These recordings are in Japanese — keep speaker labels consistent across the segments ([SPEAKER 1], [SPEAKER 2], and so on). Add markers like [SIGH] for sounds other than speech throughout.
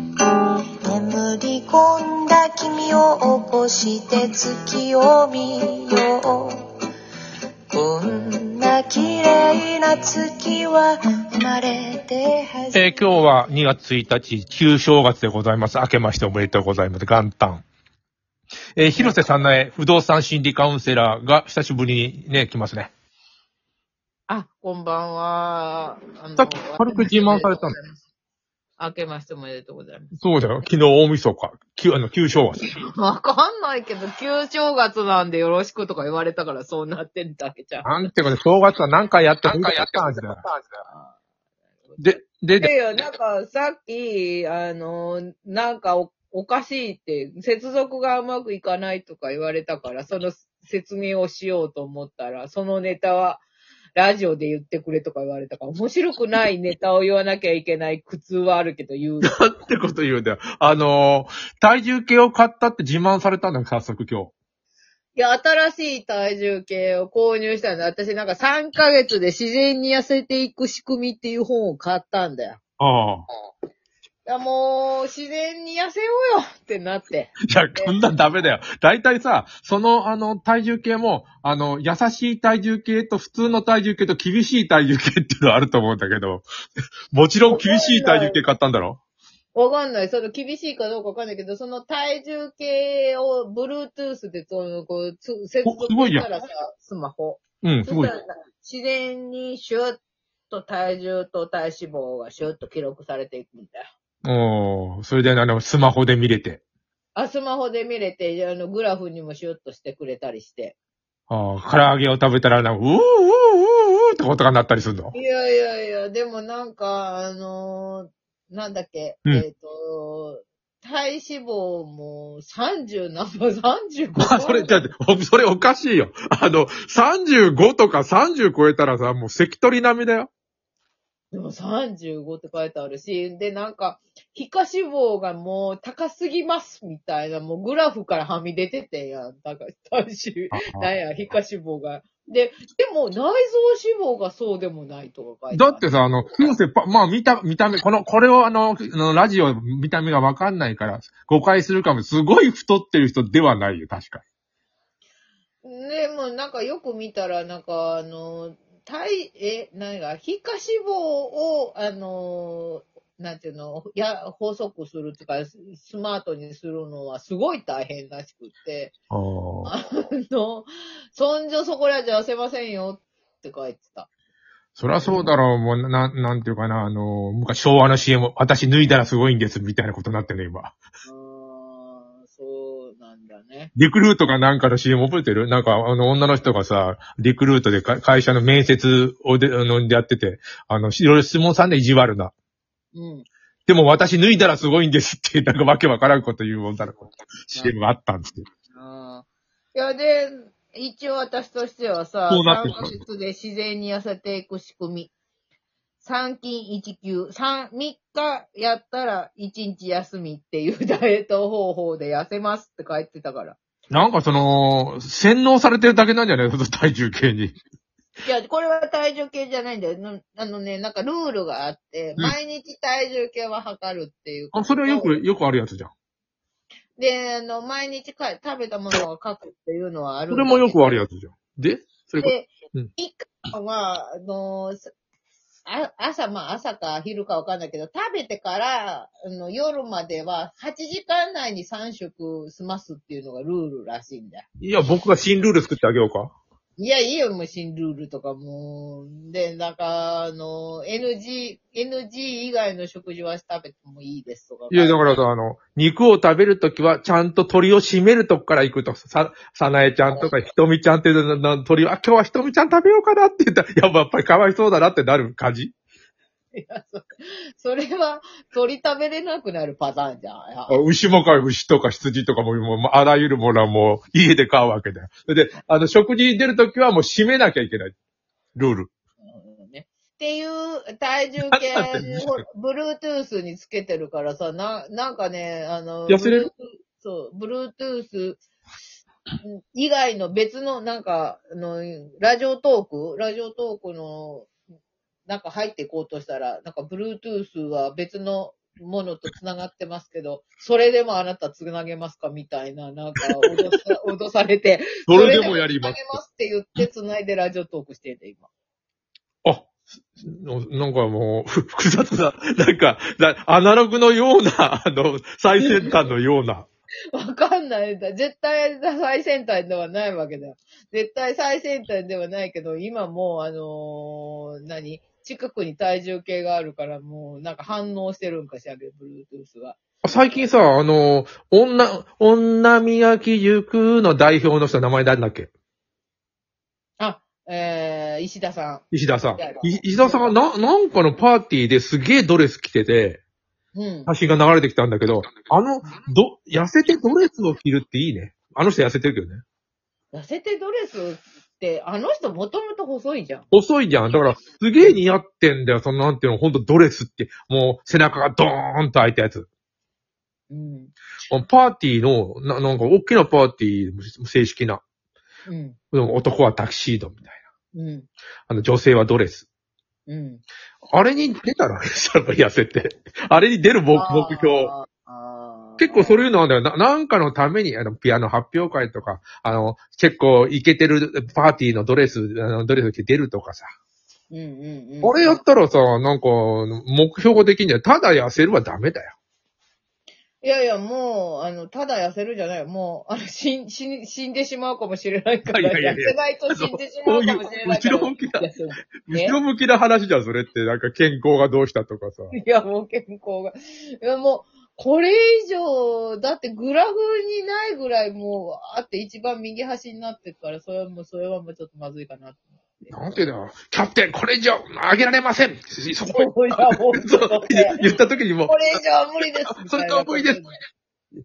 [SPEAKER 1] 眠り込んだ君を起こして月を見ようこんな綺麗な月は生まれて初め
[SPEAKER 2] えー今日は2月1日、旧正月でございます。明けましておめでとうございます。元旦。えー広瀬さん苗、不動産心理カウンセラーが久しぶりにね、来ますね。
[SPEAKER 3] あ、こんばんは。あの
[SPEAKER 2] さっき軽く自慢されたの。
[SPEAKER 3] 明けましておめでとうございま
[SPEAKER 2] そうだよ。昨日大晦日。旧、あの、旧正月。
[SPEAKER 3] す。 [LAUGHS] わかんないけど、旧正月なんでよろしくとか言われたからそうなってるだけじゃん。
[SPEAKER 2] なんていうかね、正月は何回やってもやったんだよ。で、で、で、
[SPEAKER 3] でよ、なんかさっき、あの、なんかおおかしいって、接続がうまくいかないとか言われたから、その説明をしようと思ったら、そのネタは、ラジオで言ってくれとか言われたから、面白くないネタを言わなきゃいけない苦痛はあるけど言う。
[SPEAKER 2] なんてこと言うんだよ。あのー体重計を買ったって自慢されたんだよ、早速今日。
[SPEAKER 3] いや、新しい体重計を購入したんだ。私なんか3ヶ月で自然に痩せていく仕組みっていう本を買ったんだよ。
[SPEAKER 2] ああ。
[SPEAKER 3] いや、もう、自然に痩せようよってなって。
[SPEAKER 2] [LAUGHS] いや、こんなんダメだよ。だいたいさ、その、あの、体重計も、あの、優しい体重計と普通の体重計と厳しい体重計っていうのあると思うんだけど、 [LAUGHS] もちろん厳しい体重計買ったんだろ
[SPEAKER 3] わかんない。その厳しいかどうかわかんないけど、その体重計を Bluetooth でそのこうつ接続
[SPEAKER 2] おすごい
[SPEAKER 3] し
[SPEAKER 2] じゃん
[SPEAKER 3] たらさ、スマホ。
[SPEAKER 2] うん、すごい
[SPEAKER 3] そ。したら自然にシュッと体重と体脂肪がシュッと記録されていくんだよ。
[SPEAKER 2] おーそれで、あの、スマホで見れて。
[SPEAKER 3] あ、スマホで見れて、あの、グラフにもシュッとしてくれたりして。
[SPEAKER 2] ああ、唐揚げを食べたら、なんか、うーうーうーうーってことがなったりするの。
[SPEAKER 3] いやいやいや、でもなんか、あのーなんだっけ、
[SPEAKER 2] うん
[SPEAKER 3] えっ、と、体脂肪も30何
[SPEAKER 2] [LAUGHS]
[SPEAKER 3] パー、
[SPEAKER 2] [LAUGHS]
[SPEAKER 3] 35
[SPEAKER 2] まあ、それ、だって、おそれおかしいよ。あの、35とか30超えたらさ、もう関取並みだよ。
[SPEAKER 3] でも35って書いてあるし、でなんか、皮下脂肪がもう高すぎますみたいな、もうグラフからはみ出ててんやん。だから、体脂、なんや、皮下脂肪が。で、でも内臓脂肪がそうでもないとか書いて
[SPEAKER 2] だ
[SPEAKER 3] ある。
[SPEAKER 2] ってさ、あの、広瀬パ、まあ見た、見た目、この、これをあの、あのラジオ見た目がわかんないから、誤解するかも、すごい太ってる人ではないよ、確か
[SPEAKER 3] でもなんかよく見たら、なんかあの、体、え、何が、皮下脂肪を、あの、なんていうの、や、細くするっていうか、ススマートにするのはすごい大変らしくって、 [LAUGHS]
[SPEAKER 2] に。
[SPEAKER 3] あの、そんじょそこらじゃ痩せませんよって書いてた。
[SPEAKER 2] そりゃそうだろう、もう、な、なんていうかな、あの、昔昭和の CM、私脱いだらすごいんです、みたいなことになってるね、今。
[SPEAKER 3] うーん、そうなんだね。
[SPEAKER 2] リクルートかなんかの CM 覚えてるなんか、あの、女の人がさ、リクルートでか会社の面接をで、あの、でやってて、あの、いろいろ質問さんで意地悪な。
[SPEAKER 3] うん。
[SPEAKER 2] でも私脱いだらすごいんですって、なんかわけわからんこと言う女の子、CM があったんですよ。
[SPEAKER 3] あーいや、で、一応私としてはさ、
[SPEAKER 2] そうなってる
[SPEAKER 3] 3ヶ月で自然に痩せていく仕組み。三筋一休。三、三日やったら一日休みっていう [LAUGHS] ダイエット方法で痩せますって書いてたから。
[SPEAKER 2] なんかその、洗脳されてるだけなんじゃないその [LAUGHS] 体重計に。
[SPEAKER 3] いや、これは体重計じゃないんだよ。なあのね、なんかルールがあって、
[SPEAKER 2] うん
[SPEAKER 3] 毎日体重計は測るっていうこと
[SPEAKER 2] あ、それはよく、よくあるやつじゃん。
[SPEAKER 3] で、あの、毎日か食べたものを書くっていうのはあるん
[SPEAKER 2] そ
[SPEAKER 3] だ
[SPEAKER 2] れ
[SPEAKER 3] けど。
[SPEAKER 2] もよくあるやつじゃん。でそれこ
[SPEAKER 3] で
[SPEAKER 2] うん、
[SPEAKER 3] 一家は、あの、さあ朝、まあ朝か昼かわかんないけど、食べてから、あの夜までは8時間内に3食済ますっていうのがルールらしいんだよ。
[SPEAKER 2] いや、僕が新ルール作ってあげようか。
[SPEAKER 3] いや、いいよ、もう新ルールとかもう。で、なんか、あの、NG、NG 以外の食事は食べてもいいですとか。
[SPEAKER 2] いや、だからさ、あの、肉を食べるときは、ちゃんと鳥を締めるとこから行くと、さ、さなえちゃんとか、ひとみちゃんっていうのの鳥を、あ、今日はひとみちゃん食べようかなって言ったら、い [LAUGHS] や、やっぱりかわいそうだなってなる感じ
[SPEAKER 3] それは、鳥食べれなくなるパターンじゃん。あ
[SPEAKER 2] あ牛も飼う牛とか羊とかも、もう、あらゆるものはもう、家で飼うわけだよ。それで、あの、食事に出るときはもう締めなきゃいけない。ルール。
[SPEAKER 3] ね。っていう体重計
[SPEAKER 2] なんなんて
[SPEAKER 3] を Bluetooth につけてるからさ、な、なんかね、あの、
[SPEAKER 2] 痩せれる
[SPEAKER 3] Bluetooth- そう、Bluetooth 以外の別の、なんか、あの、ラジオトークラジオトークの、なんか入っていこうとしたら、なんか Bluetooth は別のものと繋がってますけど、それでもあなた繋げますかみたいな、なんか脅さ脅されて、
[SPEAKER 2] それでもやり
[SPEAKER 3] 繋
[SPEAKER 2] ます。
[SPEAKER 3] げますって言って繋いでラジオトークしてんだ、今。
[SPEAKER 2] あ、の [LAUGHS] なんかもう、ふ [LAUGHS] 複雑な、なんか、なアナログのような、 [LAUGHS] あの、最先端のような。
[SPEAKER 3] わかんないんだ。絶対最先端ではないわけだよ。絶対最先端ではないけど、今もう、あのー何近くに体重計があるから、もう、なんか反応してるんかしらけど、Bluetooth は。
[SPEAKER 2] 最近さ、あの、女、女磨き塾の代表の人名前誰だっけ
[SPEAKER 3] あ、えー、石田さ
[SPEAKER 2] 石田さん
[SPEAKER 3] いやい。や
[SPEAKER 2] い石田さんがな、なんかのパーティーですげえドレス着てて、
[SPEAKER 3] ん。うん。
[SPEAKER 2] 写真が流れてきたんだけど、あの、ど、痩せてドレスを着るっていいね。あの人痩せてるけどね。
[SPEAKER 3] 痩せてドレスって、あの人もともと細いじゃん。
[SPEAKER 2] 遅いじゃん。だから、すげえ似合ってんだよ。その、なんていうの、ほんとドレスって。もう、背中がドーンと開いたやつ。
[SPEAKER 3] うん。
[SPEAKER 2] パーティーの、ななんか、大きなパーティー、正式な。
[SPEAKER 3] うん。
[SPEAKER 2] でも男はタキシードみたいな。
[SPEAKER 3] うん。
[SPEAKER 2] あの、女性はドレス。
[SPEAKER 3] うん。
[SPEAKER 2] あれに出たら、その痩せて。 [LAUGHS] あれに出る目目標。
[SPEAKER 3] あーあー
[SPEAKER 2] 結構そういうのあるんだよ。ななんかのために、あの、ピアノ発表会とか、あの、結構イケてるパーティーのドレス、あのドレス着て出るとかさ。
[SPEAKER 3] うんうんうん。
[SPEAKER 2] これやったらさ、なんか、目標ができんじゃん。ただ痩せるはダメだよ。
[SPEAKER 3] いやいや、もう、あの、ただ痩せるじゃない。もう、あの、死ん、死ん死んでしまうかもしれないから、
[SPEAKER 2] いやいやいや
[SPEAKER 3] 痩せないと死んでしまうかもしれないか
[SPEAKER 2] こう
[SPEAKER 3] ら。
[SPEAKER 2] いう後ろ向きだ
[SPEAKER 3] 痩せない
[SPEAKER 2] 後ろ向きな話じゃん、それって。なんか健康がどうしたとかさ。
[SPEAKER 3] いや、もう健康が。いや、もう、これ以上、だってグラフにないぐらい、もう、あって一番右端になってるから、それはもう、それはもうちょっとまずいかな。
[SPEAKER 2] なんていうんだろうキャプテン、これ以上上げられませんそこへ
[SPEAKER 3] そういや、もう、
[SPEAKER 2] そう言った時にもう
[SPEAKER 3] こ、れ以上は無理です。
[SPEAKER 2] それとは無理です。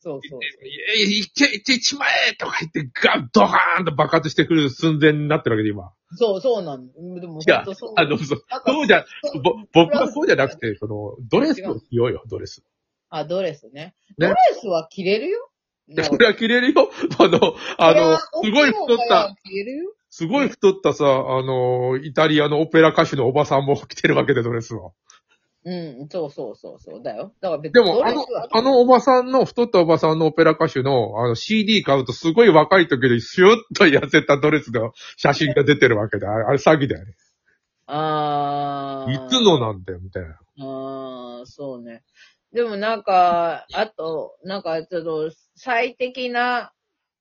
[SPEAKER 3] そうそう。
[SPEAKER 2] いいって、いって、一万円とか言って、ガン、ドハーンと爆発してくる寸前になってるわけで、今。
[SPEAKER 3] そう、そうなんでも、
[SPEAKER 2] いや
[SPEAKER 3] 本当そう。
[SPEAKER 2] あの、そう
[SPEAKER 3] なんか
[SPEAKER 2] そうじゃ、ぼ、僕はそうじゃなくて、その、ドレスを着ようよ、ドレス。
[SPEAKER 3] あ、ドレスね。
[SPEAKER 2] ね
[SPEAKER 3] ドレスは着れる
[SPEAKER 2] [LAUGHS]
[SPEAKER 3] よ。
[SPEAKER 2] いや、
[SPEAKER 3] もう
[SPEAKER 2] これは着れるよ。あの、あの、すごい太っ。
[SPEAKER 3] これ
[SPEAKER 2] た、
[SPEAKER 3] は大きいもんから着れるよ
[SPEAKER 2] すごい太ったさ、あの、イタリアのオペラ歌手のおばさんも着てるわけで、ドレスを。
[SPEAKER 3] うん、そうそうそう、そうだよ。だから別
[SPEAKER 2] で
[SPEAKER 3] に
[SPEAKER 2] も、
[SPEAKER 3] ド
[SPEAKER 2] あ
[SPEAKER 3] レス
[SPEAKER 2] の
[SPEAKER 3] は、
[SPEAKER 2] あのおばさんの、太ったおばさんのオペラ歌手の、あの CD 買うとすごい若い時にシュッと痩せたドレスの写真が出てるわけだ。あれあれ詐欺だよね。
[SPEAKER 3] あー
[SPEAKER 2] いつのなんだよ、みたいな。
[SPEAKER 3] あーそうね。でもなんか、あと、なんかちょっと、最適な、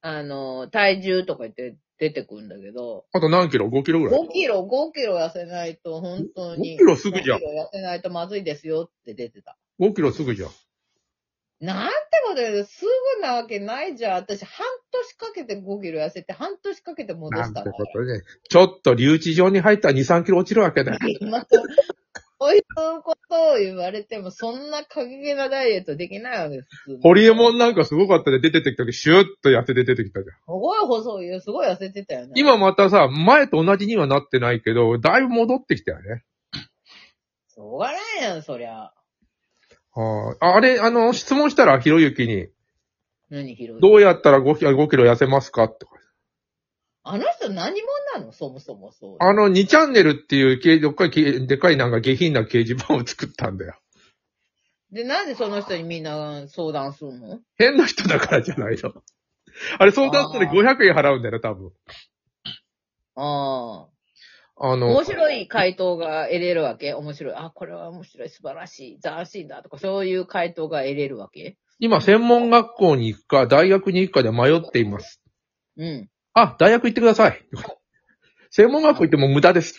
[SPEAKER 3] あの、体重とか言って出てくるんだけど、
[SPEAKER 2] あと何キロ ?5 キロぐらい
[SPEAKER 3] 5キロ、5キロ痩せないと、本当に。
[SPEAKER 2] 5キロすぐじゃん
[SPEAKER 3] 5キロ痩せないとまずいですよって出てた。
[SPEAKER 2] ?5 キロすぐじゃん。
[SPEAKER 3] なんてことよ、すぐなわけないじゃん。私、半年かけて5キロ痩せて、半年かけて戻
[SPEAKER 2] なん
[SPEAKER 3] してたの。
[SPEAKER 2] ことね。ちょっと留置場に入ったら2、3キロ落ちるわけだよ。
[SPEAKER 3] また、そういうことを言われても、そんな過激なダイエットできないわけです。普通に
[SPEAKER 2] ホリエモンなんかすごかったで出てきた時、シュッと痩せて出てきたじゃん。
[SPEAKER 3] すごい細いよ。すごい痩せてたよね。
[SPEAKER 2] 今またさ、前と同じにはなってないけど、だいぶ戻ってきたよね。
[SPEAKER 3] しょうがないやん、そりゃ。
[SPEAKER 2] あーあれ、あの、質問したら、ひろゆきに、
[SPEAKER 3] 何拾う
[SPEAKER 2] どうやったら5キロ5キロ痩せますかとか。
[SPEAKER 3] あの人何者なのそもそもそう。
[SPEAKER 2] あの、2チャンネルっていう掲、どっかい掲でかいなんか下品な掲示板を作ったんだよ。
[SPEAKER 3] で、なんでその人にみんな相談するの
[SPEAKER 2] 変な人だからじゃないの。 [LAUGHS] あれ、相談したら
[SPEAKER 3] あ
[SPEAKER 2] 500円払うんだよな、多分。
[SPEAKER 3] ああ。
[SPEAKER 2] あの
[SPEAKER 3] 面、白い回答が得れるわけ面白い。あ、これは面白い。素晴らしい。斬新だ。とか、そういう回答が得れるわけ
[SPEAKER 2] 今、専門学校に行くか、大学に行くかで迷っています。
[SPEAKER 3] うん。
[SPEAKER 2] あ、大学行ってください。 [LAUGHS] 専門学校行って [LAUGHS] も無駄です。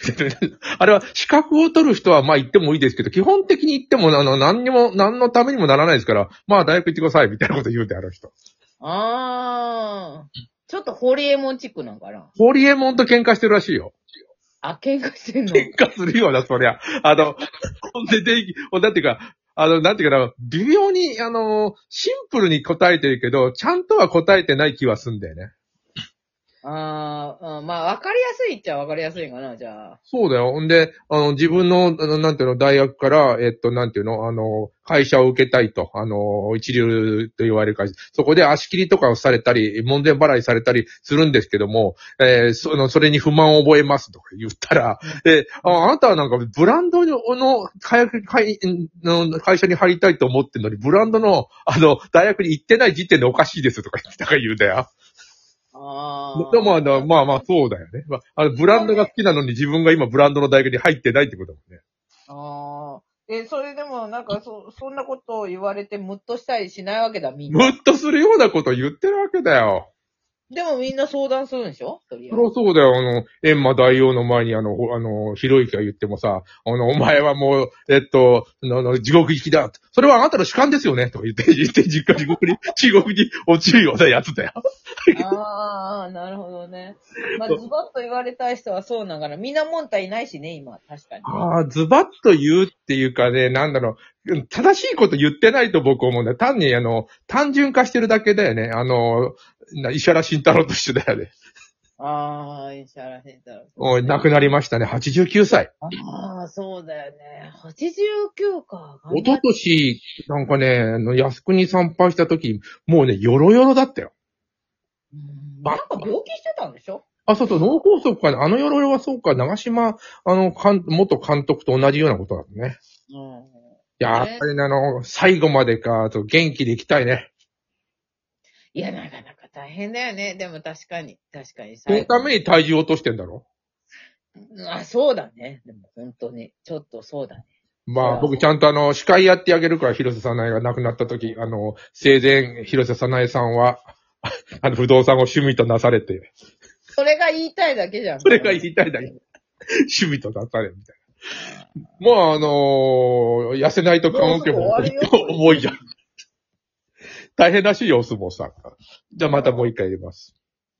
[SPEAKER 2] あれは、資格を取る人は、まあ行ってもいいですけど、基本的に行っても、あの、何にも、何のためにもならないですから、まあ大学行ってください、みたいなこと言うてある人。
[SPEAKER 3] ああ。ちょっとホリエモンチックなんかな
[SPEAKER 2] ホリエモンと喧嘩してるらしいよ。
[SPEAKER 3] あ、喧嘩してん
[SPEAKER 2] [LAUGHS]
[SPEAKER 3] の
[SPEAKER 2] 喧嘩するよな、そりゃ。あの、ほんで、で、なんていうか、あの、なんていうかな、微妙に、あの、シンプルに答えてるけど、ちゃんとは答えてない気はすんだよね。
[SPEAKER 3] あーあー、まあ、わかりやすいっちゃわかりやすいかな、じゃあ。
[SPEAKER 2] そうだよ。ほんで、あの、自分の、あの、なんていうの、大学から、えっと、なんていうの、あの、会社を受けたいと、あの、一流と言われる会社、そこで足切りとかをされたり、門前払いされたりするんですけども、えーその、それに不満を覚えますとか言ったら、えあ、あなたはなんか、ブランドの、会社会の会社に入りたいと思ってるのに、ブランドの、あの、大学に行ってない時点でおかしいですとか言って、なんか言うんだよ。
[SPEAKER 3] あ
[SPEAKER 2] でもあの、まあまあ、そうだよね。まあ、あのブランドが好きなのに自分が今ブランドの大学に入ってないってことだもんね。
[SPEAKER 3] ああ。え、それでも、なんか、そ、そんなことを言われて、ムッとしたりしないわけだ、みん
[SPEAKER 2] ム
[SPEAKER 3] な。
[SPEAKER 2] ッとするようなこと言ってるわけだよ。
[SPEAKER 3] でもみんな相談するんでしょとりあ
[SPEAKER 2] そ
[SPEAKER 3] えず。
[SPEAKER 2] りゃそうだよ。あの、エンマ大王の前にあの、ほあの、ひろゆきが言ってもさ、あの、お前はもう、えっと、あの、地獄行きだ。それはあなたの主観ですよね。とか言って、言って、実家地獄に、地獄に落ちるようなやつだよ。
[SPEAKER 3] あーあー、なるほどね。まあ、ズバッと言われたい人はそうながら、みんなもんたいないしね、今、確かに。
[SPEAKER 2] ああ、ズバッと言うっていうかね、なんだろううん、正しいこと言ってないと僕思うんだよ。単に、あの、単純化してるだけだよね。あの、な石原慎太郎と一緒だよね。
[SPEAKER 3] ああ、石原慎太郎。
[SPEAKER 2] おい、亡くなりましたね。89歳。
[SPEAKER 3] ああ、そうだよね。89か。
[SPEAKER 2] 一昨年、なんかね、あの靖国参拝した時、もうね、ヨロヨロだったよ。
[SPEAKER 3] うんなんか病気してたんでしょ
[SPEAKER 2] あ、そうそう、脳梗塞かね。あのヨロヨロはそうか、長島、あの、監元監督と同じようなことだったね。
[SPEAKER 3] うん。
[SPEAKER 2] いや、やっぱりね、あの、最後までか、あと元気で行きたいね。
[SPEAKER 3] いや、なかなか大変だよね。でも確かに、確かに
[SPEAKER 2] その
[SPEAKER 3] 最後
[SPEAKER 2] ために体重落としてんだろ
[SPEAKER 3] あ、そうだね。でも本当に、ちょっとそうだね。
[SPEAKER 2] ま
[SPEAKER 3] そ
[SPEAKER 2] あ、
[SPEAKER 3] う
[SPEAKER 2] 僕ちゃんとあの、司会やってあげるから、広瀬さなえが亡くなった時、あの、生前、広瀬さなえさんは、 [LAUGHS] あの、不動産を趣味となされて、
[SPEAKER 3] それが言いたいだけじゃん。
[SPEAKER 2] それが言いたいだけ。趣味となされ、みたいな。もうあのー痩せないと顔受けも
[SPEAKER 3] もうすぐ終わるよ
[SPEAKER 2] 重いじゃん。大変らしいよ、お相撲さんが。じゃあまたもう一回入れます。